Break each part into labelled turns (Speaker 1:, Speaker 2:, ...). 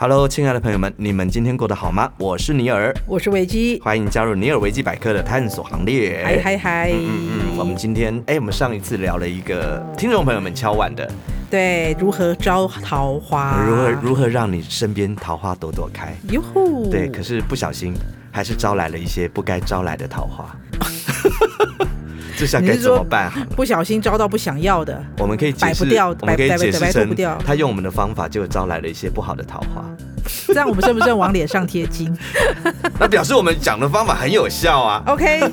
Speaker 1: Hello，亲爱的朋友们，你们今天过得好吗？我是尼尔，
Speaker 2: 我是维基，
Speaker 1: 欢迎加入尼尔维基百科的探索行列。
Speaker 2: 嗨嗨嗨！
Speaker 1: 哎嗯，我们今天哎、我们上一次聊了一个听众朋友们敲碗的，
Speaker 2: 对，如何招桃花？
Speaker 1: 如何如何让你身边桃花朵朵开？
Speaker 2: 哟吼！
Speaker 1: 对，可是不小心还是招来了一些不该招来的桃花， 这下
Speaker 2: 你
Speaker 1: 该
Speaker 2: 是
Speaker 1: 怎
Speaker 2: 说
Speaker 1: 么办好？
Speaker 2: 不小心招到不想要的，
Speaker 1: 我们可以解
Speaker 2: 摆
Speaker 1: 释，
Speaker 2: 不掉，
Speaker 1: 我们
Speaker 2: 摆
Speaker 1: 可
Speaker 2: 摆
Speaker 1: 以
Speaker 2: 摆
Speaker 1: 解释
Speaker 2: 摆脱
Speaker 1: 成
Speaker 2: 不掉，
Speaker 1: 他用我们的方法就招来了一些不好的桃花，
Speaker 2: 这样我们正不正往脸上贴金
Speaker 1: 那表示我们讲的方法很有效啊。
Speaker 2: ？OK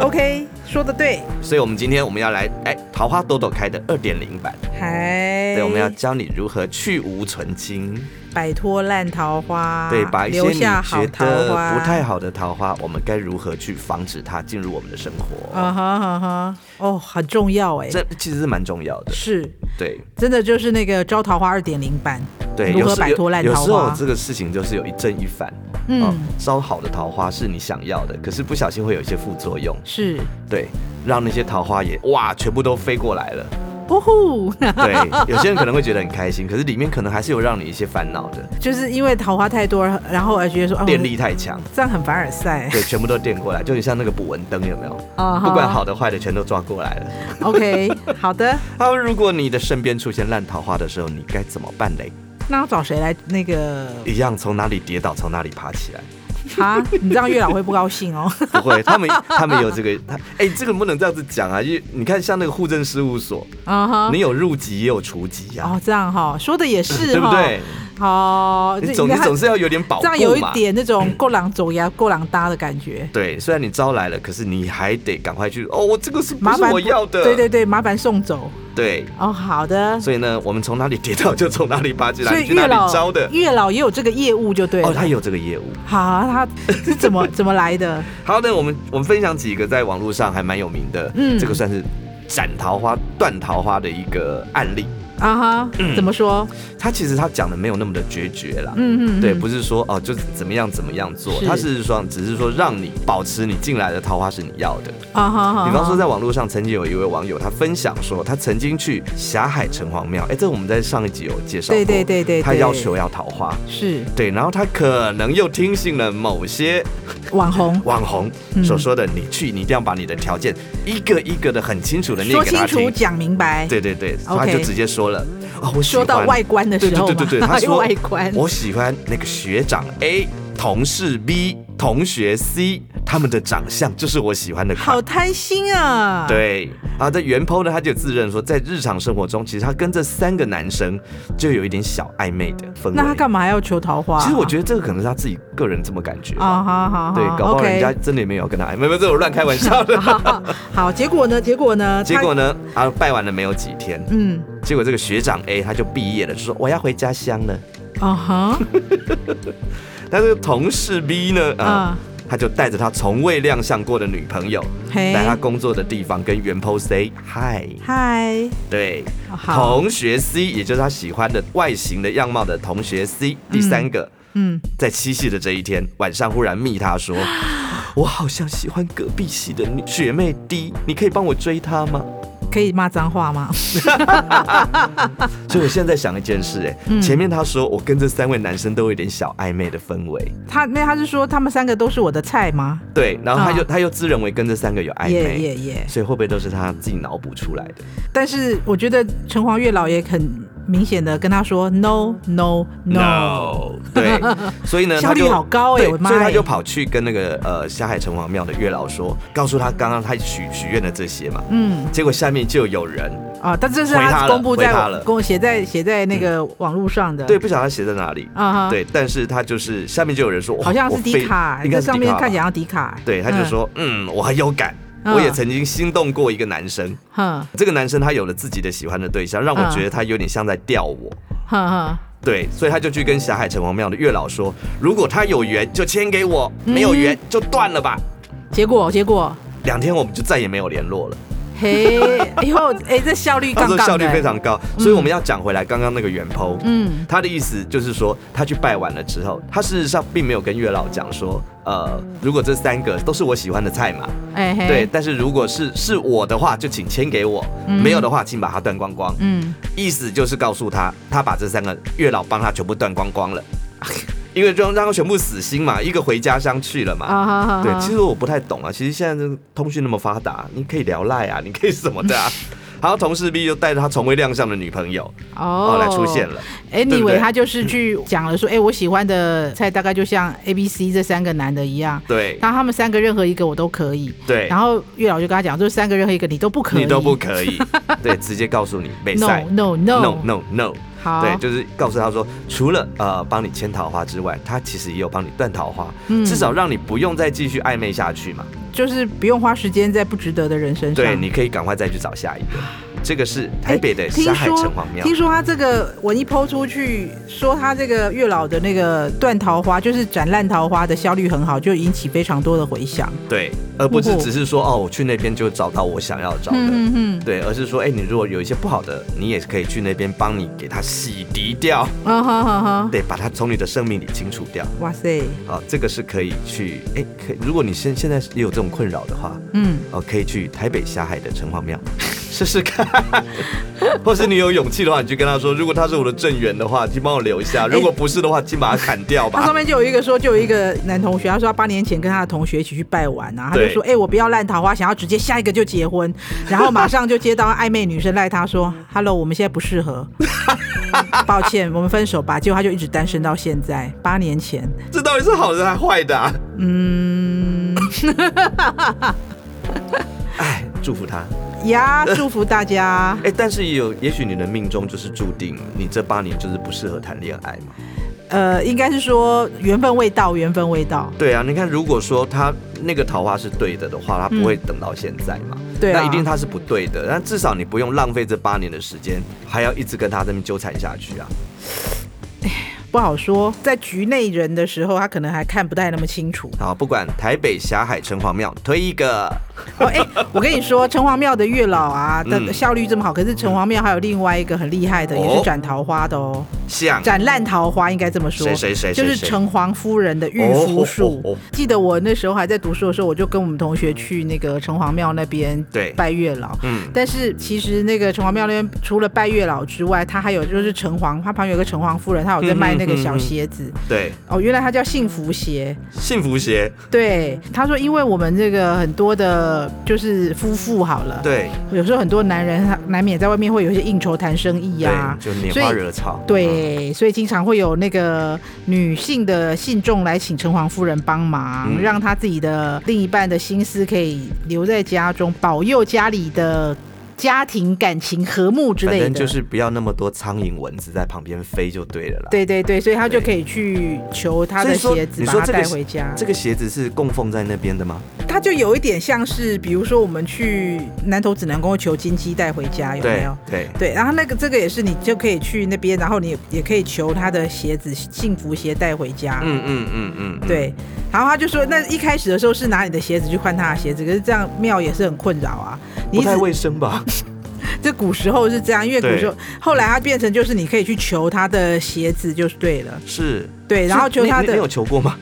Speaker 2: OK，说的对，
Speaker 1: 所以，我们今天我们要来哎，桃花朵朵开的二点零版，
Speaker 2: 哎还
Speaker 1: 对，我们要教你如何去无存菁，
Speaker 2: 摆脱烂桃花，
Speaker 1: 对，把一些
Speaker 2: 留
Speaker 1: 你
Speaker 2: 下好
Speaker 1: 觉
Speaker 2: 桃
Speaker 1: 得
Speaker 2: 花，
Speaker 1: 不太好的桃花，我们该如何去防止它进入我们的生活？
Speaker 2: 啊哈啊哈，哦，很重要哎，
Speaker 1: 这其实是蛮重要的，
Speaker 2: 是
Speaker 1: 对
Speaker 2: 真的就是那个招桃花二点零版，
Speaker 1: 对，
Speaker 2: 如
Speaker 1: 有
Speaker 2: 何
Speaker 1: 时
Speaker 2: 摆脱烂
Speaker 1: 有
Speaker 2: 桃
Speaker 1: 时候
Speaker 2: 花？
Speaker 1: 这个事情就是有一正一反，
Speaker 2: 嗯
Speaker 1: 哦，招好的桃花是你想要的，可是不小心会有一些副作用，
Speaker 2: 是，
Speaker 1: 对，让那些桃花也哇全部都飞过来了，
Speaker 2: 哦吼，
Speaker 1: 对，有些人可能会觉得很开心，可是里面可能还是有让你一些烦恼的，
Speaker 2: 就是因为桃花太多，然后而觉得说，啊，
Speaker 1: 电力太强。
Speaker 2: 这样很凡尔赛
Speaker 1: 对，全部都电过来，就很像那个捕蚊灯，有没有？
Speaker 2: 啊
Speaker 1: 不管好的坏的，全都抓过来了。
Speaker 2: ，OK，好的，
Speaker 1: 那如果你的身边出现烂桃花的时候，你该怎么办嘞？
Speaker 2: 那要找谁来那 个
Speaker 1: 一样从哪里跌倒，从哪里爬起来。
Speaker 2: 啊？你这样月老会不高 兴哦。
Speaker 1: 不会，他 们他们有这个，他哎、这个不能这样子讲啊！因为你看，像那个户政事务所，
Speaker 2: 啊哈，
Speaker 1: 你有入籍也有除籍呀、
Speaker 2: 哦，这样哈，说的也 是
Speaker 1: 对不
Speaker 2: 哈，
Speaker 1: 对？
Speaker 2: 好，
Speaker 1: 你
Speaker 2: 这
Speaker 1: 总
Speaker 2: 应
Speaker 1: 你
Speaker 2: 该
Speaker 1: 总是要有点保护
Speaker 2: 这
Speaker 1: 嘛。
Speaker 2: 样有一点那 种过狼走呀、过狼搭的感觉。
Speaker 1: 对，虽然你招来了，可是你还得赶快去哦，我这个是不
Speaker 2: 麻
Speaker 1: 是
Speaker 2: 烦
Speaker 1: 我要的？
Speaker 2: 对对对，麻烦送走
Speaker 1: 对，
Speaker 2: 哦。好的，
Speaker 1: 所以呢，我们从哪里跌倒就从哪里爬起来，你去哪
Speaker 2: 月
Speaker 1: 里招
Speaker 2: 老
Speaker 1: 的？
Speaker 2: 月老也有这个业务就对了。
Speaker 1: 哦，他有这个业务。
Speaker 2: 好啊，他 是怎么怎么来的？
Speaker 1: 好的，我们我们分享几个在网络上还蛮有名的，
Speaker 2: 嗯
Speaker 1: 这个算是斩桃花、断桃花的一个案例。
Speaker 2: 啊哈，怎么说？
Speaker 1: 他其实他讲的没有那么的决绝啦，
Speaker 2: 嗯嗯，
Speaker 1: 对，
Speaker 2: 嗯
Speaker 1: 不是说哦就是怎么样怎么样做，
Speaker 2: 是
Speaker 1: 他事实上只是说让你保持你进来的桃花是你要的。
Speaker 2: 啊哈哈，
Speaker 1: 比方说，
Speaker 2: 哈
Speaker 1: 在网络上曾经有一位网友他分享说，他曾经去霞海城隍庙，哎，这我们在上一集有介绍过，
Speaker 2: 对对对对，
Speaker 1: 他
Speaker 2: 对
Speaker 1: 要求要桃花。
Speaker 2: 是
Speaker 1: 对，然后他可能又听信了某些
Speaker 2: 网红。
Speaker 1: 网红
Speaker 2: 嗯
Speaker 1: 所说的，你去，你一定要把你的条件一个一个的很清楚的念
Speaker 2: 说
Speaker 1: 给他
Speaker 2: 清楚，
Speaker 1: 听。
Speaker 2: 讲明白。
Speaker 1: 对对对，他
Speaker 2: OK
Speaker 1: 就直接说了，哦，我喜
Speaker 2: 说
Speaker 1: 欢
Speaker 2: 到外观的
Speaker 1: 对
Speaker 2: 时
Speaker 1: 对
Speaker 2: 候
Speaker 1: 对
Speaker 2: 嘛，
Speaker 1: 对对，他说
Speaker 2: 外观，
Speaker 1: 我喜欢那个学长 A、同事 B、同学 C，他们的长相就是我喜欢的款
Speaker 2: 好。贪心啊！，
Speaker 1: 对啊，在原 PO 呢，他就自认说，在日常生活中，其实他跟这三个男生就有一点小暧昧的氛围。
Speaker 2: 那他干嘛还要求桃花？
Speaker 1: 其实我觉得这个可能是他自己个人这么感觉吧。
Speaker 2: 啊，好好好，
Speaker 1: 对，搞不好人家
Speaker 2: OK
Speaker 1: 真的也没有跟他暧昧，没有，没有这我乱开玩笑的。
Speaker 2: 好好好，结果呢？结果呢？
Speaker 1: 结
Speaker 2: 他
Speaker 1: 果呢，啊，拜完了没有几天，
Speaker 2: 嗯，
Speaker 1: 结果这个学长 A 他就毕业了，就说我要回家乡了。
Speaker 2: 啊哈，
Speaker 1: 但是同事 B 呢， 啊、
Speaker 2: 啊，
Speaker 1: 他就带着他从未亮相过的女朋友
Speaker 2: 嘿，
Speaker 1: 来他工作的地方跟原 PO say hi。
Speaker 2: 嗨，
Speaker 1: 对，
Speaker 2: 好，
Speaker 1: 同学 C，也就是他喜欢的外形的样貌的同学 C，第三个。
Speaker 2: 嗯，
Speaker 1: 在七夕的这一天晚上，忽然密他 说：“我好像喜欢隔壁系的女学妹 D，你可以帮我追她吗？”
Speaker 2: 可以骂脏话吗？
Speaker 1: 所以我现在想一件事、哎、
Speaker 2: 嗯
Speaker 1: 前面他说我跟这三位男生都有一点小暧昧的氛围，
Speaker 2: 他那他是说他们三个都是我的菜吗？
Speaker 1: 对，然后他就、
Speaker 2: 啊
Speaker 1: 他又自认为跟这三个有暧昧
Speaker 2: 耶耶耶！
Speaker 1: 所以会不会都是他自己脑补出来的？
Speaker 2: 但是我觉得城隍月老也很明显的跟他说 no no no，
Speaker 1: 对，所以呢，
Speaker 2: 效
Speaker 1: 他
Speaker 2: 率
Speaker 1: 就
Speaker 2: 好高哎
Speaker 1: 对
Speaker 2: 我的妈
Speaker 1: 所以他
Speaker 2: 哎
Speaker 1: 就跑去跟那个呃霞海城隍庙的月老说，告诉他刚刚他许许愿的这些嘛，
Speaker 2: 嗯
Speaker 1: 结果下面就有人，
Speaker 2: 啊，但这是
Speaker 1: 回他
Speaker 2: 他
Speaker 1: 了
Speaker 2: 公布
Speaker 1: 回
Speaker 2: 在
Speaker 1: 他了嗯
Speaker 2: 公写在写在那个网络上的，
Speaker 1: 对，不晓得他写在哪里，
Speaker 2: 啊哈，
Speaker 1: 对，但是他就是下面就有人说，哇
Speaker 2: 好像
Speaker 1: 我
Speaker 2: 是迪
Speaker 1: 非
Speaker 2: 卡，
Speaker 1: 应该
Speaker 2: 这
Speaker 1: 是迪
Speaker 2: 上面
Speaker 1: 卡
Speaker 2: 看起
Speaker 1: 吧
Speaker 2: 来像迪卡。
Speaker 1: 对，他就说，嗯，我很有感，我也
Speaker 2: 嗯
Speaker 1: 曾经心动过一个男生，
Speaker 2: 哼，
Speaker 1: 这个男生他有了自己的喜欢的对象，让我
Speaker 2: 嗯
Speaker 1: 觉得他有点像在钓我。
Speaker 2: 哼哼哼，
Speaker 1: 对，所以他就去跟霞海城隍庙的月老说，如果他有缘就签给我，没有
Speaker 2: 嗯
Speaker 1: 缘就断了吧。
Speaker 2: 结果结果，
Speaker 1: 两天我们就再也没有联络了。
Speaker 2: 嘿， 以后哎，这效率
Speaker 1: 他
Speaker 2: 杠
Speaker 1: 说
Speaker 2: 杠的，
Speaker 1: 效率非，常高，所以我们要讲回来刚刚那个原 PO，
Speaker 2: 嗯，
Speaker 1: 他的意思就是说，他去拜完了之后，他事实上并没有跟月老讲说，呃，如果这三个都是我喜欢的菜嘛，
Speaker 2: 哎嘿，
Speaker 1: 对，，但是如果是是我的话，就请签给我，没有的话请把它断光光。
Speaker 2: 嗯，
Speaker 1: 意思就是告诉他，他把这三个月老帮他全部断光光了。 因为就让他全部死心嘛，一个回家乡去了嘛。
Speaker 2: 啊哈哈哈
Speaker 1: 对，其实我不太懂啊，其实现在这个通讯那么发达，你可以聊赖啊，你可以什么的 啊。然后同事 B 就带着他从未亮相的女朋友哦
Speaker 2: 哦
Speaker 1: 来出现。了，对不
Speaker 2: Anyway，
Speaker 1: 对嗯
Speaker 2: 他就是去讲了说，哎、我喜欢的菜大概就像 A、B、C 这三个男的一样，
Speaker 1: 对
Speaker 2: 那他们三个任何一个我都可以。
Speaker 1: 对
Speaker 2: 然，后月老就跟他讲，就是三个任何一个你都不可以，
Speaker 1: 你都不可 以，对，直接告诉你没
Speaker 2: no
Speaker 1: 赛
Speaker 2: no no
Speaker 1: no no no，
Speaker 2: 好，
Speaker 1: 对，就是告诉他说，除了呃帮你牵桃花之外，他其实也有帮你断桃花，
Speaker 2: 嗯
Speaker 1: 至少让你不用再继续暧昧下去嘛。
Speaker 2: 就是不用花时间在不值得的人身上。
Speaker 1: 对，你可以赶快再去找下一个。这个是台北的
Speaker 2: 听
Speaker 1: 沙海城
Speaker 2: 说
Speaker 1: 隍，庙
Speaker 2: 哎听，说他这个我一抛出去，说他这个月老的那个断桃花，就是斩烂桃花的效率很好，就引起非常多的回响。
Speaker 1: 对，而不是
Speaker 2: 嗯
Speaker 1: 只是说哦，我去那边就找到我想要找的。
Speaker 2: 嗯嗯
Speaker 1: 对，而是说，哎、你如果有一些不好的，你也可以去那边帮你给它洗涤掉，
Speaker 2: 嗯，啊哈哈哈，
Speaker 1: 对，把它从你的生命里清除掉。
Speaker 2: 哇塞，
Speaker 1: 好，这个是可以去，哎、可以如果你现现在也有这种困扰的话，
Speaker 2: 嗯，
Speaker 1: 哦，可以去台北霞海的城隍庙 试试 看，或是你有勇气的话，你就跟他说，如果他是我的正缘的话，请帮我留下；如果不是的话，请把它砍掉
Speaker 2: 他上
Speaker 1: 吧。
Speaker 2: 面就有一个说，就有一个男同学，他说他八年前跟他的同学一起去拜完啊，他就
Speaker 1: 对
Speaker 2: 说，哎、我不要烂桃花，想要直接下一个就结婚，然后马上就接到暧昧女生赖他说，Hello，我们现在不适合，抱歉，我们分手吧。结果他就一直单身到现在，八年前，
Speaker 1: 这到底是好的还是坏的、啊？
Speaker 2: 嗯。
Speaker 1: 哎，祝福他。。
Speaker 2: 呀，祝福大家
Speaker 1: 哎，但是也有，也许你的命中就是注定，你这八年就是不适合谈恋爱嘛。
Speaker 2: 呃，应该是说缘分未到，缘分未到。
Speaker 1: 对啊，你看，如果说他那个桃花是对的的话，他不会等到现在嘛。
Speaker 2: 嗯对啊
Speaker 1: 那一定他是不对的。那至少你不用浪费这八年的时间，还要一直跟他这么纠缠下去啊。
Speaker 2: 不好说，在局内人的时候，他可能还看不太那么清楚。
Speaker 1: 好，不管台北霞海城隍庙推一个，
Speaker 2: 哦，哎、我跟你说， 城隍庙的月老啊的
Speaker 1: 嗯
Speaker 2: 效率这么好，可是城隍庙还有另外一个很厉害的，也是
Speaker 1: 哦
Speaker 2: 斩桃花的哦，
Speaker 1: 像
Speaker 2: 斩烂桃花应该这么说。
Speaker 1: 谁谁谁谁
Speaker 2: 就是
Speaker 1: 谁
Speaker 2: 城隍夫人的御夫术。
Speaker 1: 哦哦哦哦
Speaker 2: 记得我那时候还在读书的时候，我就跟我们同学去那个城隍庙那边
Speaker 1: 对
Speaker 2: 拜月老。
Speaker 1: 嗯，
Speaker 2: 但是其实那个城隍庙那边除了拜月老之外，它还有就是城隍，它旁边有个城隍夫人，她有
Speaker 1: 嗯
Speaker 2: 在卖那个小鞋子。
Speaker 1: 对，
Speaker 2: 哦，原来它叫幸福鞋。
Speaker 1: 幸福鞋，
Speaker 2: 对，他说，因为我们这个很多的，就是夫妇好了，，
Speaker 1: 对
Speaker 2: 有时候很多男人他难免在外面会有一些应酬谈生意
Speaker 1: 对
Speaker 2: 呀、，
Speaker 1: 就拈
Speaker 2: 所
Speaker 1: 花
Speaker 2: 以
Speaker 1: 惹草，嗯，
Speaker 2: 对，所以经常会有那个女性的信众来请城隍夫人帮忙，
Speaker 1: 嗯
Speaker 2: 让她自己的另一半的心思可以留在家中，保佑家里的家庭感情和睦之
Speaker 1: 反
Speaker 2: 类的。
Speaker 1: 正就是不要那么多苍蝇蚊子在旁边飞就对了啦。
Speaker 2: 对对对，所以她就
Speaker 1: 对
Speaker 2: 可以去求她
Speaker 1: 所
Speaker 2: 的
Speaker 1: 以说
Speaker 2: 鞋子，
Speaker 1: 你
Speaker 2: 把
Speaker 1: 说
Speaker 2: 它
Speaker 1: 这个
Speaker 2: 带
Speaker 1: 是
Speaker 2: 回家。
Speaker 1: 这个鞋子是供奉在那边的吗？
Speaker 2: 它就有一点像是，比如说我们去南投指南宫求金鸡带回家，有没
Speaker 1: 对
Speaker 2: 有？
Speaker 1: 对，
Speaker 2: 对，然后那个这个也是你就可以去那边，然后你也也可以求他的鞋子幸福鞋带回家。
Speaker 1: 嗯嗯嗯嗯，嗯，
Speaker 2: 对，然后他就说，那一开始的时候是拿你的鞋子去换他的鞋子，可是这样庙也是很困扰啊。你
Speaker 1: 不
Speaker 2: 一直
Speaker 1: 太卫生 吧？
Speaker 2: 这古时候是这样，因为古时候后来他变成就是你可以去求他的鞋子就是对了，
Speaker 1: 是，
Speaker 2: 对，然后求
Speaker 1: 是
Speaker 2: 他
Speaker 1: 你你你有
Speaker 2: 的
Speaker 1: 求过吗？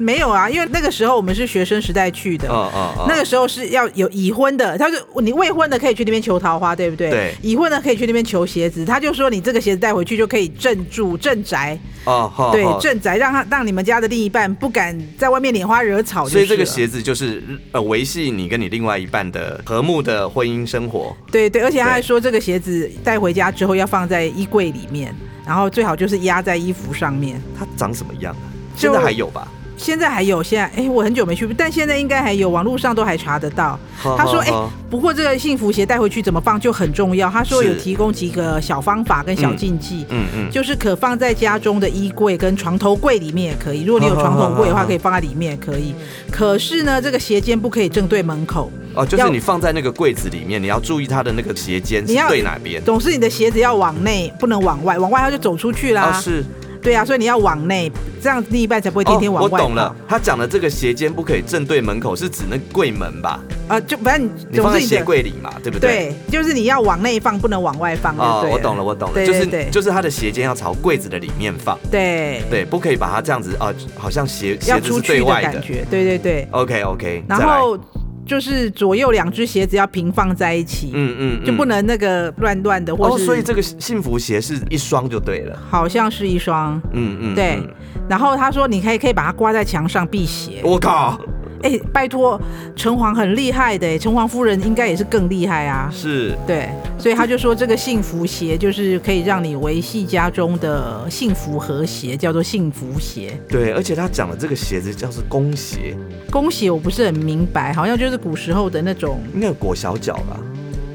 Speaker 2: 没有啊，因为那个时候我们是学生时代去的，
Speaker 1: 哦哦哦，
Speaker 2: 那个时候是要有已婚的，他说你未婚的可以去那边求桃花，对不对？
Speaker 1: 对
Speaker 2: 已婚的可以去那边求鞋子，他就说你这个鞋子带回去就可以镇住镇宅，
Speaker 1: 哦好，
Speaker 2: 对
Speaker 1: 好
Speaker 2: 镇宅，让他让你们家的另一半不敢在外面拈花惹草。
Speaker 1: 所以这个，鞋子就是呃维系你跟你另外一半的和睦的婚姻生活。
Speaker 2: 对对，而且他还
Speaker 1: 对
Speaker 2: 说这个鞋子带回家之后要放在衣柜里面，然后最好就是压在衣服上面。
Speaker 1: 它长什么样啊？
Speaker 2: 就
Speaker 1: 现在还有吧？
Speaker 2: 现在还有，现在哎，我很久没去，但现在应该还有，网络上都还查得到。他说：“哎、不过这个幸福鞋带回去怎么放就很重要。”他说有
Speaker 1: 是
Speaker 2: 提供几个小方法跟小
Speaker 1: 嗯
Speaker 2: 禁忌，
Speaker 1: 嗯嗯，
Speaker 2: 就是可放在家中的衣柜跟床头柜里面也可以。如果你有
Speaker 1: 好
Speaker 2: 床头柜的
Speaker 1: 好
Speaker 2: 话，
Speaker 1: 好
Speaker 2: 可以放在里面也可以。可是呢，这个鞋尖不可以正对门口，
Speaker 1: 哦，就
Speaker 2: 要
Speaker 1: 是你放在那个柜子里面，你要注意它的那个鞋尖是
Speaker 2: 你要
Speaker 1: 对哪边。
Speaker 2: 总是你的鞋子要往内，不能往外，往外它就走出去啦。
Speaker 1: 哦，是
Speaker 2: 对啊，所以你要往内，这样另一半才不会天天
Speaker 1: 哦
Speaker 2: 往
Speaker 1: 我
Speaker 2: 外跑。
Speaker 1: 懂了。他讲的这个鞋尖不可以正对门口，是指那柜门吧？
Speaker 2: 呃，就反正
Speaker 1: 你
Speaker 2: 总
Speaker 1: 放
Speaker 2: 是
Speaker 1: 在
Speaker 2: 你
Speaker 1: 鞋
Speaker 2: 的。
Speaker 1: 柜里嘛，对不对？
Speaker 2: 对，就是你要往内放，不能往外放，对不
Speaker 1: 哦
Speaker 2: 对，了？
Speaker 1: 我懂了，我懂了，
Speaker 2: 对
Speaker 1: 就
Speaker 2: 对对
Speaker 1: 是就是它的鞋尖要朝柜子的里面放，
Speaker 2: 对，
Speaker 1: 对，不可以把它这样子啊，好像鞋
Speaker 2: 要
Speaker 1: 鞋子
Speaker 2: 出
Speaker 1: 是
Speaker 2: 去
Speaker 1: 对
Speaker 2: 的
Speaker 1: 外
Speaker 2: 感
Speaker 1: 的。
Speaker 2: 觉，对对对。
Speaker 1: OK OK，
Speaker 2: 然后就是左右两只鞋子要平放在一起，
Speaker 1: 嗯嗯，嗯
Speaker 2: 就不能那个乱乱的，或
Speaker 1: 哦，
Speaker 2: 是、
Speaker 1: 所以这个幸福鞋是一双就对了。
Speaker 2: 好像是一双。
Speaker 1: 嗯嗯，
Speaker 2: 对
Speaker 1: 嗯
Speaker 2: 然后他说你可以可以把它挂在墙上辟邪。
Speaker 1: 我靠，
Speaker 2: 哎、拜托，城隍很厉害的、城隍夫人应该也是更厉害啊。
Speaker 1: 是
Speaker 2: 对，所以他就说这个幸福鞋就是可以让你维系家中的幸福和谐，叫做幸福鞋。
Speaker 1: 对，而且他讲的这个鞋子叫是弓鞋，
Speaker 2: 弓鞋我不是很明白，好像就是古时候的那种，
Speaker 1: 应该有裹小脚吧，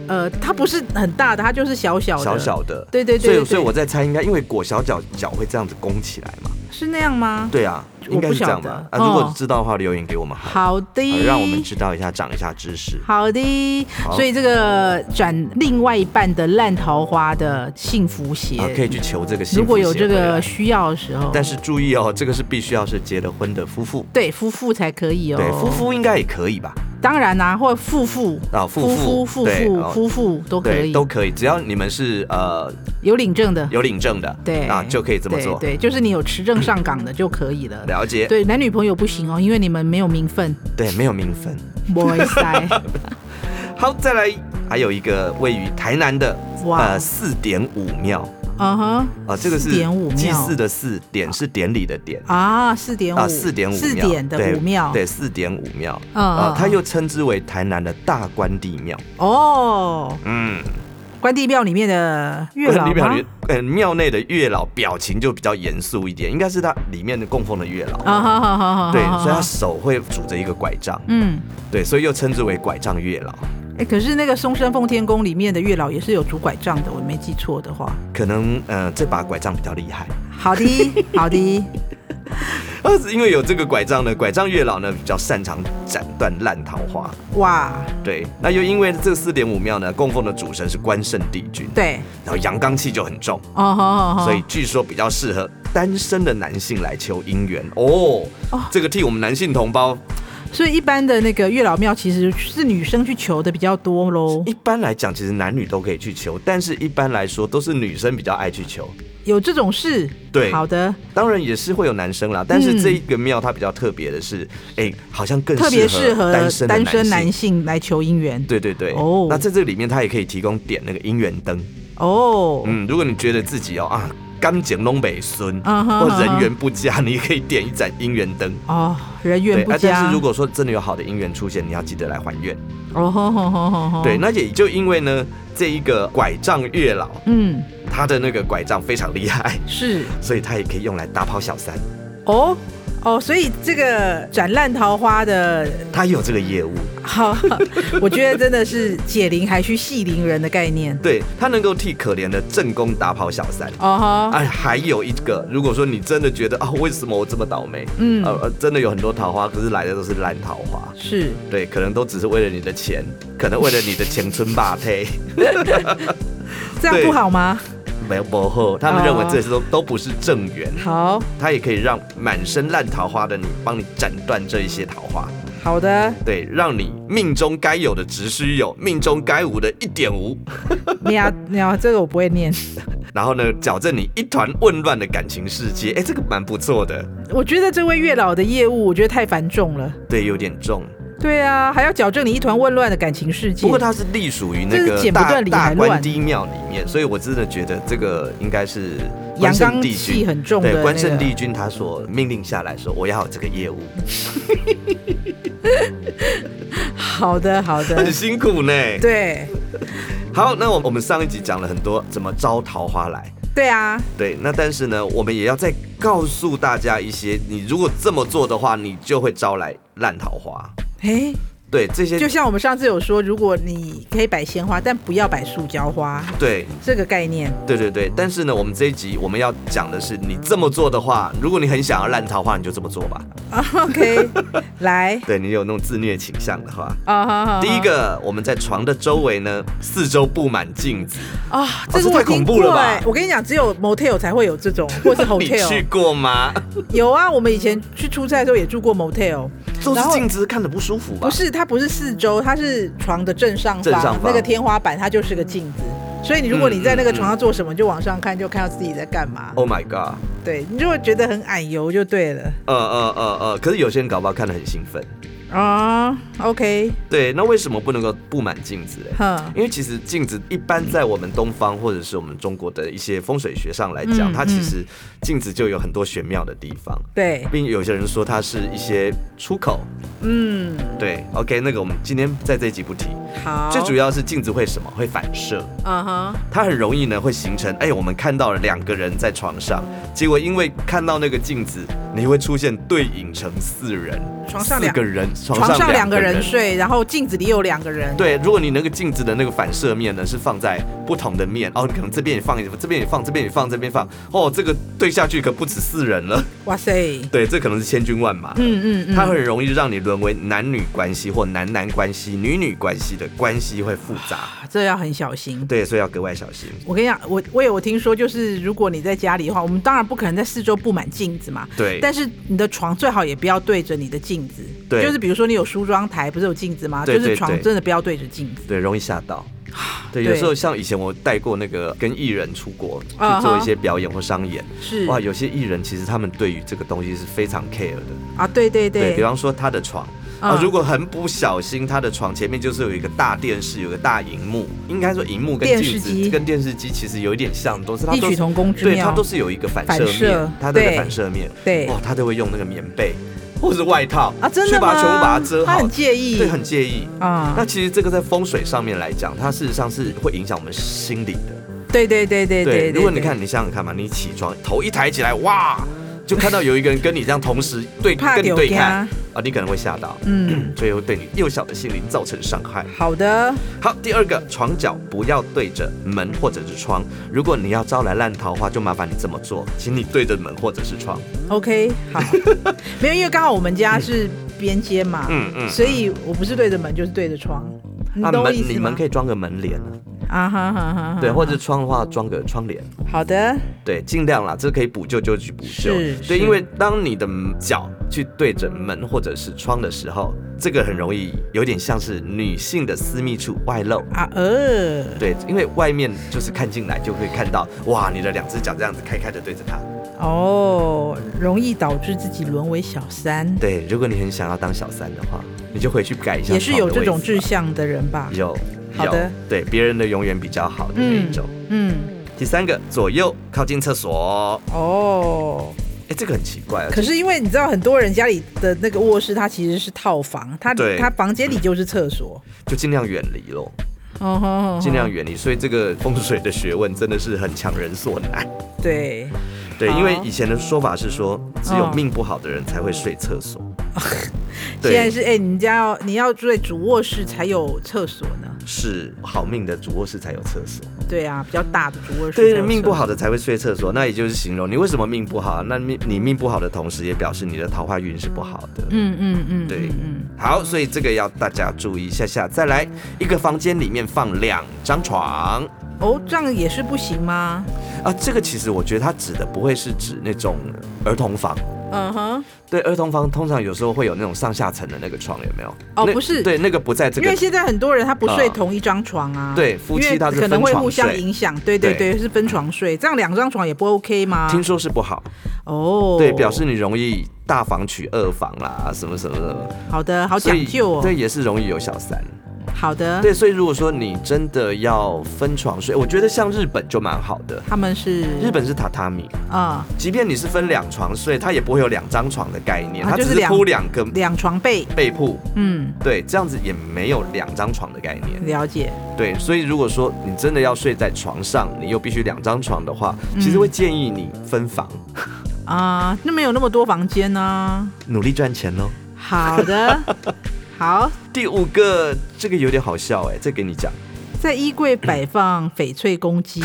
Speaker 2: 呃，它不是很大的，它就是小小的，
Speaker 1: 小小的。
Speaker 2: 对对对对
Speaker 1: 所以所以
Speaker 2: 对
Speaker 1: 我在猜，应该因为裹小脚脚会这样子弓起来嘛？
Speaker 2: 是那样吗？
Speaker 1: 对啊，应该是这样
Speaker 2: 我
Speaker 1: 吧
Speaker 2: 不晓。得
Speaker 1: 啊，如果
Speaker 2: 哦
Speaker 1: 知道的话，留言给我们好了，
Speaker 2: 好的，
Speaker 1: 好让我们知道一下，长一下知识。
Speaker 2: 好的，
Speaker 1: 好
Speaker 2: 所以这个转另外一半的烂桃花的幸福鞋，
Speaker 1: 啊，可以去求这个幸福
Speaker 2: 如果有
Speaker 1: 鞋
Speaker 2: 这
Speaker 1: 回
Speaker 2: 个
Speaker 1: 来
Speaker 2: 需要的时候，
Speaker 1: 但是注意哦，这个是必须要是结了婚的夫妇，
Speaker 2: 对夫妇才可以哦。
Speaker 1: 对，夫妇应该也可以吧？
Speaker 2: 当然啦、或夫妇
Speaker 1: 啊夫妇
Speaker 2: 夫夫
Speaker 1: 对
Speaker 2: 妇
Speaker 1: 哦
Speaker 2: 夫妇都可
Speaker 1: 对，
Speaker 2: 以，
Speaker 1: 都可以，只要你们是呃
Speaker 2: 有领证的，
Speaker 1: 有领证的，
Speaker 2: 对
Speaker 1: 啊就可以这么做。
Speaker 2: 对，对就是你有持证上岗的就可以了。
Speaker 1: 了解，
Speaker 2: 对，男女朋友不行哦，因为你们没有名分。
Speaker 1: 对，没有名分。
Speaker 2: 不会塞
Speaker 1: 好，再来，还有一个位于台南的
Speaker 2: 哇
Speaker 1: 呃四点五庙
Speaker 2: 嗯哼，
Speaker 1: 啊，这个是
Speaker 2: 4.5
Speaker 1: 祭
Speaker 2: 庙
Speaker 1: 祀的祀，典是典礼的典。
Speaker 2: 啊，四点
Speaker 1: 啊，
Speaker 2: 五，
Speaker 1: 四点五
Speaker 2: 四点的五庙，
Speaker 1: 对，四点五庙，
Speaker 2: 嗯
Speaker 1: 啊
Speaker 2: 嗯，
Speaker 1: 它又称之为台南的大关帝庙，
Speaker 2: 哦，
Speaker 1: 嗯，
Speaker 2: 关帝庙里面的月
Speaker 1: 关
Speaker 2: 老
Speaker 1: 帝庙
Speaker 2: 吗
Speaker 1: 里？，呃，庙内的月老表情就比较严肃一点，应该是它里面的供奉的月老，
Speaker 2: 啊，好好好好，
Speaker 1: 对，
Speaker 2: 好
Speaker 1: 所以他
Speaker 2: 好
Speaker 1: 手会拄着一个拐杖，
Speaker 2: 嗯，
Speaker 1: 对，所以又称之为拐杖月老，
Speaker 2: 哎、可是那个松山奉天宫里面的月老也是有拄拐杖的，我没记错的话。
Speaker 1: 可能呃这把拐杖比较厉害，
Speaker 2: 好 的，好的，
Speaker 1: 呃，是因为有这个拐杖呢，拐杖月老呢比较擅长斩断烂桃花，
Speaker 2: 哇，
Speaker 1: 对，那又因为这四点五庙呢供奉的主神是关圣帝君，
Speaker 2: 对，
Speaker 1: 然后阳刚气就很重。
Speaker 2: 哦，好好好，
Speaker 1: 所以据说比较适合单身的男性来求姻缘哦。这个替我们男性同胞，
Speaker 2: 所以一般的那个月老庙其实是女生去求的比较多喽。
Speaker 1: 一般来讲，其实男女都可以去求，但是一般来说都是女生比较爱去求。
Speaker 2: 有这种事？
Speaker 1: 对
Speaker 2: 好的，
Speaker 1: 当然也是会有男生啦，但是
Speaker 2: 嗯
Speaker 1: 这一个庙它比较特别的是，哎、好像更
Speaker 2: 特别适合
Speaker 1: 单身的
Speaker 2: 单身
Speaker 1: 男
Speaker 2: 男
Speaker 1: 性。
Speaker 2: 性来求姻缘。
Speaker 1: 对对对，
Speaker 2: 哦
Speaker 1: 那在这里面，它也可以提供点那个姻缘灯。
Speaker 2: 哦，
Speaker 1: 嗯，如果你觉得自己哦啊，刚捡东北孙
Speaker 2: 嗯哼
Speaker 1: 或
Speaker 2: 嗯哼
Speaker 1: 人缘不佳，你也可以点一盏姻缘灯。
Speaker 2: 哦，人
Speaker 1: 对，
Speaker 2: 缘不
Speaker 1: 啊但
Speaker 2: 佳。
Speaker 1: 是如果说真的有好的姻缘出现，你要记得来还愿。
Speaker 2: 哦吼吼吼吼吼，
Speaker 1: 对，那也就因为呢，这一个拐杖月老，
Speaker 2: 嗯，
Speaker 1: 他的那个拐杖非常厉害，
Speaker 2: 是
Speaker 1: 所以他也可以用来打跑小三，
Speaker 2: 哦哦，所以这个斩烂桃花的
Speaker 1: 他也有这个业务。
Speaker 2: 好，我觉得真的是解铃还需系铃人的概念。
Speaker 1: 对他能够替可怜的正宫打跑小三。
Speaker 2: 哦哈，
Speaker 1: 哎，还有一个，如果说你真的觉得啊，为什么我这么倒霉？
Speaker 2: 嗯
Speaker 1: 呃呃，真的有很多桃花，可是来的都是烂桃花。
Speaker 2: 是
Speaker 1: 对，可能都只是为了你的钱，可能为了你的前村霸配，
Speaker 2: 这样
Speaker 1: 对
Speaker 2: 不好吗？
Speaker 1: 没有不后，他们认为
Speaker 2: 哦
Speaker 1: 这些都都不是正缘，
Speaker 2: 好
Speaker 1: 他也可以让满身烂桃花的你帮你斩断这一些桃花。
Speaker 2: 好的，
Speaker 1: 对，让你命中该有的只需有，命中该无的一点无，
Speaker 2: 喵喵，这个我不会念。
Speaker 1: 然后呢，矫正你一团混乱的感情世界。哎，这个蛮不错的，
Speaker 2: 我觉得这位月老的业务，我觉得太繁重了。
Speaker 1: 对，有点重，
Speaker 2: 对啊，还要矫正你一团混乱的感情世界。
Speaker 1: 不过它是隶属于那
Speaker 2: 这
Speaker 1: 个
Speaker 2: 是剪不
Speaker 1: 大
Speaker 2: 断理
Speaker 1: 大
Speaker 2: 还乱
Speaker 1: 关帝庙里面，所以我真的觉得这个应该是关
Speaker 2: 阳
Speaker 1: 圣
Speaker 2: 刚
Speaker 1: 帝
Speaker 2: 气
Speaker 1: 君。
Speaker 2: 很重的、那
Speaker 1: 对，
Speaker 2: 个
Speaker 1: 关圣帝君他所命令下来说，我要有这个业务，
Speaker 2: 好的，好的
Speaker 1: 很，辛苦呢。
Speaker 2: 对
Speaker 1: 好，那我我们上一集讲了很多怎么招桃花来，
Speaker 2: 对啊，
Speaker 1: 对，那但是呢，我们也要再告诉大家一些，你如果这么做的话，你就会招来烂桃花。
Speaker 2: 哎，
Speaker 1: 对，这些
Speaker 2: 就像我们上次有说，如果你可以摆鲜花，但不要摆塑胶花，
Speaker 1: 对
Speaker 2: 这个概念。
Speaker 1: 对对对。但是呢，我们这一集我们要讲的是，你这么做的话，如果你很想要烂桃花，你就这么做吧。
Speaker 2: OK，来
Speaker 1: 对你有那种自虐倾向的话。
Speaker 2: 啊，好好好
Speaker 1: 第一个，我们在床的周围呢，四周布满镜子，
Speaker 2: 啊，这
Speaker 1: 哦这
Speaker 2: 个我
Speaker 1: 太恐
Speaker 2: 听
Speaker 1: 怖了
Speaker 2: 过
Speaker 1: 吧
Speaker 2: 哎，我跟你讲，只有 motel 才会有 这种，或是
Speaker 1: 你去
Speaker 2: hotel。
Speaker 1: 过吗？
Speaker 2: 有啊，我们以前去出差的时候也住过 motel，
Speaker 1: 都是
Speaker 2: 然后
Speaker 1: 镜子，看着不舒服吧？
Speaker 2: 不，是它不是四周，它是床的正上方，
Speaker 1: 正上方
Speaker 2: 那个天花板它就是个镜子。所以你如果你在那个床上做什么，就往上看，就看到自己在干嘛。
Speaker 1: ，Oh my god，
Speaker 2: 对，你就会觉得很矮油就对了。
Speaker 1: 呃呃呃呃呃，可是有些人搞不好看得很兴奋，
Speaker 2: 啊、啊，OK，
Speaker 1: 对，那为什么不能够布满镜子嘞？
Speaker 2: 哼，
Speaker 1: 因为其实镜子一般在我们东方或者是我们中国的一些风水学上来讲，
Speaker 2: 嗯
Speaker 1: 它其实镜子就有很多玄妙的地方，
Speaker 2: 对，
Speaker 1: 并有些人说它是一些出口。
Speaker 2: 嗯，
Speaker 1: 对，OK，那个我们今天在这一集不提，
Speaker 2: 好，
Speaker 1: 最主
Speaker 2: 要，
Speaker 1: 要是镜子会什么？会反射，
Speaker 2: 嗯哼，
Speaker 1: 它很容易呢会形成，哎，我们看到了两个人在床上，结果因为看到那个镜子，你会出现对影成四人，
Speaker 2: 床上
Speaker 1: 四
Speaker 2: 两
Speaker 1: 个人，
Speaker 2: 床上两
Speaker 1: 个
Speaker 2: 个人睡，然后镜子里有两个人，
Speaker 1: 对，如果你那个镜子的那个反射面呢是放在不同的面，哦，你可能这边也放一个，这边也放，这边也放，这边放，哦，这个对下去可不止四人了，
Speaker 2: 哇塞，
Speaker 1: 对，这可能是千军万马。
Speaker 2: 嗯嗯嗯，
Speaker 1: 它很容易让你沦为男女关系或男男关系、女女关系的关系会复杂，
Speaker 2: 这要很小心。
Speaker 1: 对，所以要格外小心。
Speaker 2: 我跟你讲，我我有听说，就是如果你在家里的话，我们当然不可能在四周布满镜子嘛。
Speaker 1: 对
Speaker 2: 但是你的床最好也不要对着你的镜子。
Speaker 1: 对
Speaker 2: 就是比如说你有梳妆台，不是有镜子吗？
Speaker 1: 对
Speaker 2: 就是
Speaker 1: 对
Speaker 2: 床
Speaker 1: 对
Speaker 2: 真的不要对着镜子。
Speaker 1: 对，容易吓到。啊对，
Speaker 2: 对
Speaker 1: 有时候像以前我带过那个跟艺人出国
Speaker 2: 啊哈
Speaker 1: 去做一些表演或商演，
Speaker 2: 是
Speaker 1: 哇，有些艺人其实他们对于这个东西是非常 care 的。
Speaker 2: 啊，对对
Speaker 1: 对
Speaker 2: 对
Speaker 1: 比方说他的床啊、
Speaker 2: 嗯
Speaker 1: 如果很不小心，他的床前面就是有一个大电视，有个大荧幕，应该说荧幕跟
Speaker 2: 电视
Speaker 1: 镜
Speaker 2: 机
Speaker 1: 子跟电视机其实有一点像，都是它
Speaker 2: 异
Speaker 1: 都
Speaker 2: 曲
Speaker 1: 是
Speaker 2: 同工之
Speaker 1: 对，它
Speaker 2: 妙
Speaker 1: 都。是有一个反射
Speaker 2: 反射
Speaker 1: 面，它那
Speaker 2: 对
Speaker 1: 个反射面，
Speaker 2: 对
Speaker 1: 哇，他都会用那个棉被或是外套
Speaker 2: 啊，真的
Speaker 1: 去把
Speaker 2: 吗？
Speaker 1: 它全部把它遮
Speaker 2: 他
Speaker 1: 好
Speaker 2: 很，介意。
Speaker 1: 对，很介意。那
Speaker 2: 啊，
Speaker 1: 其实这个在风水上面来讲，它事实上是会影响我们心理的。
Speaker 2: 对对对对对。
Speaker 1: 如果你
Speaker 2: 对
Speaker 1: 看，你想想看嘛，你起床头一抬起来，哇，就看到有一个人跟你这样同时对
Speaker 2: 怕
Speaker 1: 跟你
Speaker 2: 丢
Speaker 1: 对
Speaker 2: 家
Speaker 1: 看啊，你可能会吓到，
Speaker 2: 嗯，
Speaker 1: 所以会对你幼小的心灵造成伤害。
Speaker 2: 好的，
Speaker 1: 好，第二个，床脚不要对着门或者是窗。如果你要招来烂桃花，就麻烦你这么做，请你对着门或者是窗。
Speaker 2: OK，好， 没有，因为刚好我们家是边间嘛，
Speaker 1: 嗯嗯啊
Speaker 2: 所以我不是对着门就是对着窗，你懂我
Speaker 1: 门
Speaker 2: 意思
Speaker 1: 你
Speaker 2: 吗
Speaker 1: 们？可以装个门帘啊，
Speaker 2: 啊哈哈哈哈，
Speaker 1: 对，或者窗的话装个窗帘。
Speaker 2: 好的，
Speaker 1: 对，尽量啦，这可以补救就去补救
Speaker 2: 是。
Speaker 1: 对，
Speaker 2: 是
Speaker 1: 因为当你的脚去对着门或者是窗的时候，这个很容易有点像是女性的私密处外露。
Speaker 2: 啊呃，
Speaker 1: 对，因为外面就是看进来就会看到，哇，你的两只脚这样子开开的对着它。
Speaker 2: 哦，容易导致自己沦为小三，
Speaker 1: 对，如果你很想要当小三的话，你就回去改一下。
Speaker 2: 也是有这种志。向的人吧？
Speaker 1: 有，
Speaker 2: 好的
Speaker 1: 有，对，别人的永远比较好的那一种。
Speaker 2: 嗯，
Speaker 1: 第三个，左右靠近厕所，
Speaker 2: 哦，
Speaker 1: 哎，这个很奇怪啊。
Speaker 2: 可是因为你知道，很多人家里的那个卧室，它其实是套房，它
Speaker 1: 对
Speaker 2: 它房间里就是厕所，
Speaker 1: 就尽量远离咯。
Speaker 2: 哦吼吼吼
Speaker 1: 尽量远离，所以这个风水的学问真的是很强人所难。
Speaker 2: 对，
Speaker 1: 对，
Speaker 2: 好
Speaker 1: 因为以前的说法是说，只有
Speaker 2: 嗯
Speaker 1: 命不好的人才会睡厕 所。
Speaker 2: 现在
Speaker 1: 对，
Speaker 2: 是哎、你家要你要住在主卧室才有厕所呢。
Speaker 1: 是好命的主卧室才有厕所。
Speaker 2: 对啊，比较大的主卧室。
Speaker 1: 对，命不。好的才会睡厕所，那也就是形容你为什么命不好。那命你命不好的同时，也表示你的桃花运是不好的。
Speaker 2: 嗯嗯嗯，
Speaker 1: 对
Speaker 2: 嗯
Speaker 1: 好，所以这个要大家注意一下下。再来，一个房间里面放两张床。
Speaker 2: 嗯。哦，这样也是不行吗？
Speaker 1: 啊，这个其实我觉得它指的不会是指那种儿童房，
Speaker 2: 嗯哼，
Speaker 1: 对，儿童房通常有时候会有那种上下层的那个床，有没有？
Speaker 2: 哦
Speaker 1: 那
Speaker 2: 不是
Speaker 1: 对，那个不在这
Speaker 2: 因
Speaker 1: 个
Speaker 2: 为。现在很多人他不睡
Speaker 1: 啊
Speaker 2: 同一张床啊。
Speaker 1: 对夫妻
Speaker 2: 因为
Speaker 1: 他是
Speaker 2: 可能
Speaker 1: 分
Speaker 2: 会
Speaker 1: 床
Speaker 2: 互相
Speaker 1: 睡
Speaker 2: 影响。对对
Speaker 1: 对
Speaker 2: 对，是分床睡，这样两张床也不 OK 吗？
Speaker 1: 听说是不好，
Speaker 2: 哦，
Speaker 1: 对，表示你容易大房娶二房啦，什么什么的，
Speaker 2: 好的，好
Speaker 1: 所以
Speaker 2: 讲究哦嗯
Speaker 1: 对，。也是容易有小三。
Speaker 2: 好的，
Speaker 1: 对，所以如果说你真的要分床睡，我觉得像日本就蛮好的。
Speaker 2: 他们是
Speaker 1: 日本是榻榻米，
Speaker 2: 啊，
Speaker 1: 即便你是分两床睡，它也不会有两张床的概念，
Speaker 2: 啊
Speaker 1: 它
Speaker 2: 就
Speaker 1: 只
Speaker 2: 是
Speaker 1: 是
Speaker 2: 两
Speaker 1: 铺两个
Speaker 2: 两床被，
Speaker 1: 被铺，
Speaker 2: 嗯，
Speaker 1: 对，这样子也没有两张床的概念。
Speaker 2: 了解。
Speaker 1: 对，所以如果说你真的要睡在床上，你又必须两张床的话，其实会建议你分房，
Speaker 2: 啊，那没有那么多房间呢、啊。
Speaker 1: 努力赚钱哦喽。
Speaker 2: 好的， 好，
Speaker 1: 第五个，这个有点好笑哎、这给你讲，
Speaker 2: 在衣柜摆放翡翠公鸡，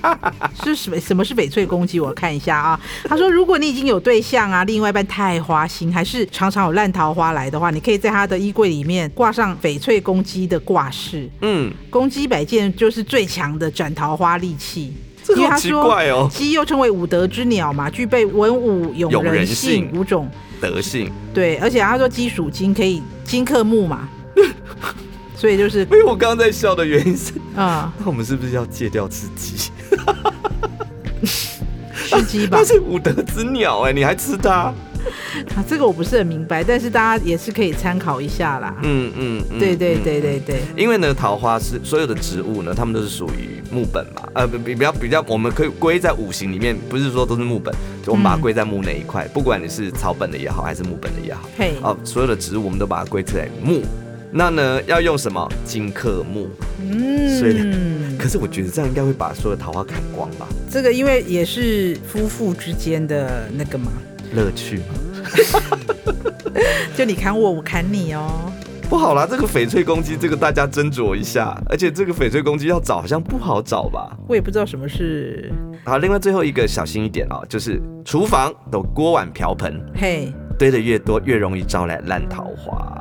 Speaker 2: 是什么？什么是翡翠公鸡？我看一下啊。他说，如果你已经有对象啊，另外一半太花心，还是常常有烂桃花来的话，你可以在他的衣柜里面挂上翡翠公鸡的挂饰。
Speaker 1: 嗯，
Speaker 2: 公鸡摆件就是最强的斩桃花利器。
Speaker 1: 这
Speaker 2: 因为
Speaker 1: 好
Speaker 2: 他
Speaker 1: 奇
Speaker 2: 说
Speaker 1: 怪哦
Speaker 2: 鸡又称为五德之鸟嘛，具备文武勇
Speaker 1: 有
Speaker 2: 人
Speaker 1: 人
Speaker 2: 性
Speaker 1: 性
Speaker 2: 五种
Speaker 1: 德性。
Speaker 2: 对，而且他说鸡属金，可以金克木嘛，所以 就是
Speaker 1: 因为我刚刚在笑的原因是，
Speaker 2: 啊、
Speaker 1: 那我们是不是要戒掉吃鸡？
Speaker 2: 吃鸡
Speaker 1: 欸
Speaker 2: 吧
Speaker 1: 它。是五德之鸟哎、你还吃它？
Speaker 2: 啊，这个我不是很明白，但是大家也是可以参考一下啦。
Speaker 1: 嗯嗯，嗯
Speaker 2: 对对。
Speaker 1: 嗯
Speaker 2: 对对对，
Speaker 1: 因为呢，桃花是所有的植物呢，它们都是属于木本嘛，呃，比比比较比较，我们可以归在五行里面，不是说都是木本，我们把它归在木那一块，不管你是草本的也好，还是木本的也好，
Speaker 2: 嘿，
Speaker 1: 哦，所有的植物我们都把它归在木。那呢，要用什么金克木？所以
Speaker 2: 嗯，
Speaker 1: 可是我觉得这样应该会把所有的桃花砍光吧？
Speaker 2: 这个因为也是夫妇之间的那个嘛，
Speaker 1: 乐趣吗
Speaker 2: 就你砍我，我砍你哦。
Speaker 1: 不好啦，这个翡翠公鸡，这个大家斟酌一下。而且这个翡翠公鸡要找好像不好找吧？
Speaker 2: 我也不知道什么是
Speaker 1: 好，另外最后一个小心一点哦，就是厨房的锅碗瓢盆
Speaker 2: 嘿
Speaker 1: 堆的越多，越容易招来烂桃花。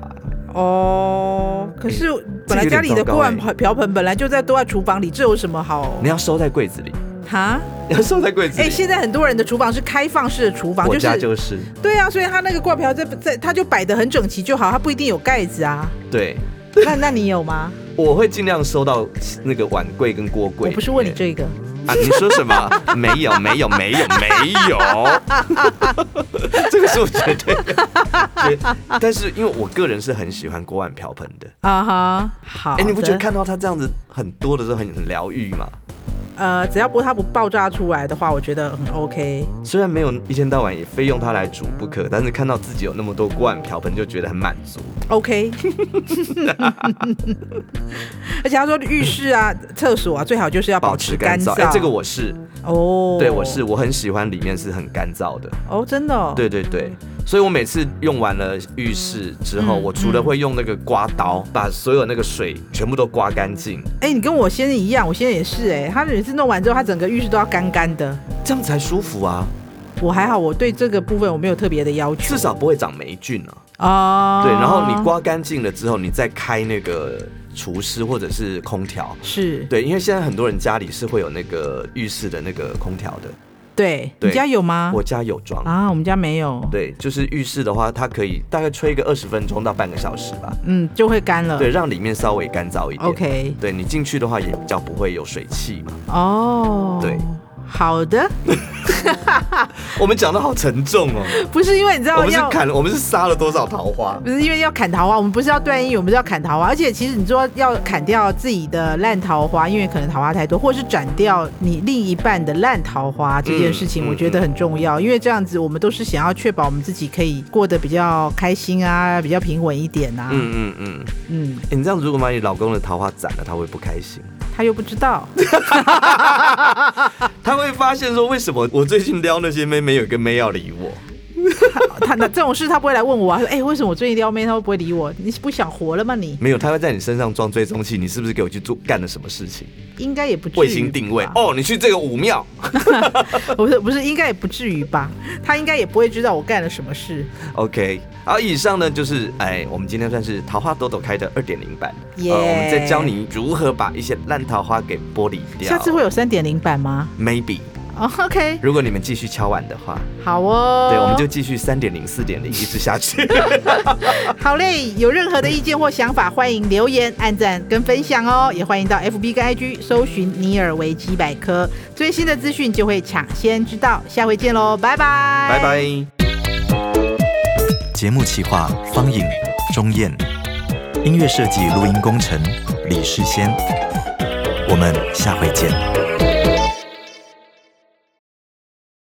Speaker 2: 哦，可是本
Speaker 1: 哎
Speaker 2: 来
Speaker 1: 这个有点
Speaker 2: 家里的
Speaker 1: 糟糕
Speaker 2: 锅碗
Speaker 1: 欸
Speaker 2: 瓢瓢盆本来就在都在厨房里，这有什么好
Speaker 1: 你要收在柜子里，
Speaker 2: 哈？
Speaker 1: 你要收在柜子
Speaker 2: 哎、
Speaker 1: 里。
Speaker 2: 现在很多人的厨房是开放式的厨房，
Speaker 1: 我
Speaker 2: 就
Speaker 1: 家
Speaker 2: 是
Speaker 1: 就是
Speaker 2: 对啊，所以他那个挂瓢在在，他就摆的很整齐就好，他不一定有盖子啊。
Speaker 1: 对，
Speaker 2: 那那你有吗？
Speaker 1: 我会尽量收到那个碗柜跟锅柜。
Speaker 2: 我不是问你这个，
Speaker 1: 啊，你说什么？没有，没有，没有，没有。 这个是我绝对的，绝但是因为我个人是很喜欢锅碗瓢盆的。
Speaker 2: 啊哈，好。
Speaker 1: 哎、你不觉得
Speaker 2: 哦的
Speaker 1: 看到它这样子很多的时候很很疗愈吗？
Speaker 2: 呃，只要不它不爆炸出来的话，我觉得很 OK。
Speaker 1: 虽然没有一天到晚也非用它来煮不可，但是看到自己有那么多锅碗瓢盆，就觉得很满足。
Speaker 2: OK，而且他说浴室啊、厕所啊，最好就是要保持干燥。
Speaker 1: 哎、这个我是，
Speaker 2: 哦，
Speaker 1: 对我是，我很喜欢里面是很干燥的。
Speaker 2: 哦，真的、哦，
Speaker 1: 对对对，所以我每次用完了浴室之后，
Speaker 2: 嗯
Speaker 1: 我除了
Speaker 2: 嗯
Speaker 1: 会用那个刮刀把所有那个水全部都刮干净，
Speaker 2: 哎、你跟我先生一样，我先生也是、哎，他每次弄完之后，他整个浴室都要干干的。
Speaker 1: 这样才舒服啊，
Speaker 2: 我还好，我对这个部分我没有特别的要求
Speaker 1: 至少不会长霉菌啊。
Speaker 2: 啊。
Speaker 1: 对，然后你刮干净了之后，你再开那个除湿或者是空调。
Speaker 2: 是
Speaker 1: 对，因为现在很多人家里是会有那个浴室的那个空调的，
Speaker 2: 对，
Speaker 1: 对
Speaker 2: 你家有吗？
Speaker 1: 我家有装。
Speaker 2: 啊，我们家没有，
Speaker 1: 对，就是浴室的话，它可以大概吹个二十分钟到半个小时吧，
Speaker 2: 嗯，就会干了。
Speaker 1: 对，让里面稍微干燥一点。
Speaker 2: ，OK，
Speaker 1: 对你进去的话也比较不会有水汽嘛。
Speaker 2: 哦，
Speaker 1: 对，
Speaker 2: 好的，
Speaker 1: 我们讲的好沉重哦，
Speaker 2: 不是因为你知
Speaker 1: 我
Speaker 2: 道
Speaker 1: 们是
Speaker 2: 要。
Speaker 1: 砍了，我们是杀了多少桃花？
Speaker 2: 不是因为要砍桃花，我们不是要断音，我们是要砍桃花。而且其实你说要砍掉自己的烂桃花，因为可能桃花太多，或是斩掉你另一半的烂桃花这件事
Speaker 1: 嗯
Speaker 2: 情，
Speaker 1: 嗯
Speaker 2: 我觉得很重要。因为这样子，我们都是想要确保我们自己可以过得比较开心啊，比较平稳一点啊。嗯
Speaker 1: 嗯嗯嗯、诶你这样如果把你老公的桃花斩了，他会不开心。
Speaker 2: 他又不知道，
Speaker 1: 他会发现说，为什么我最近撩那些妹妹有个妹要理我？
Speaker 2: 他那这种事他不会来问我啊。说哎、为什么我最近撩妹，他会不会理我？你是不想活了吗你？
Speaker 1: 没有，他会在你身上装追踪器，你是不是给我去做干了什么事情？
Speaker 2: 应该也不至于吧
Speaker 1: 卫星定位哦，你去这个武庙
Speaker 2: 不是不是，应该也不至于吧？他应该也不会知道我干了什么事。
Speaker 1: ，OK。好，以上呢就是哎，我们今天算是桃花朵朵开的二点零版
Speaker 2: 耶
Speaker 1: 呃，我们在教你如何把一些烂桃花给剥离掉。
Speaker 2: 下次会有三点零版吗、
Speaker 1: maybe，
Speaker 2: 哦 o k
Speaker 1: 如果你们继续敲碗的话，
Speaker 2: 好哦。
Speaker 1: 对，我们就继续三点零、四点零一直下去。
Speaker 2: 好嘞。有任何的意见或想法，欢迎留言、按赞跟分享哦。也欢迎到 FB 跟 IG 搜寻“尼尔维基百科”，最新的资讯就会抢先知道。下回见喽，拜 拜，
Speaker 1: 拜。拜。
Speaker 3: 节目企划方颖、钟燕，音乐设计、录音工程李世先。我们下回见。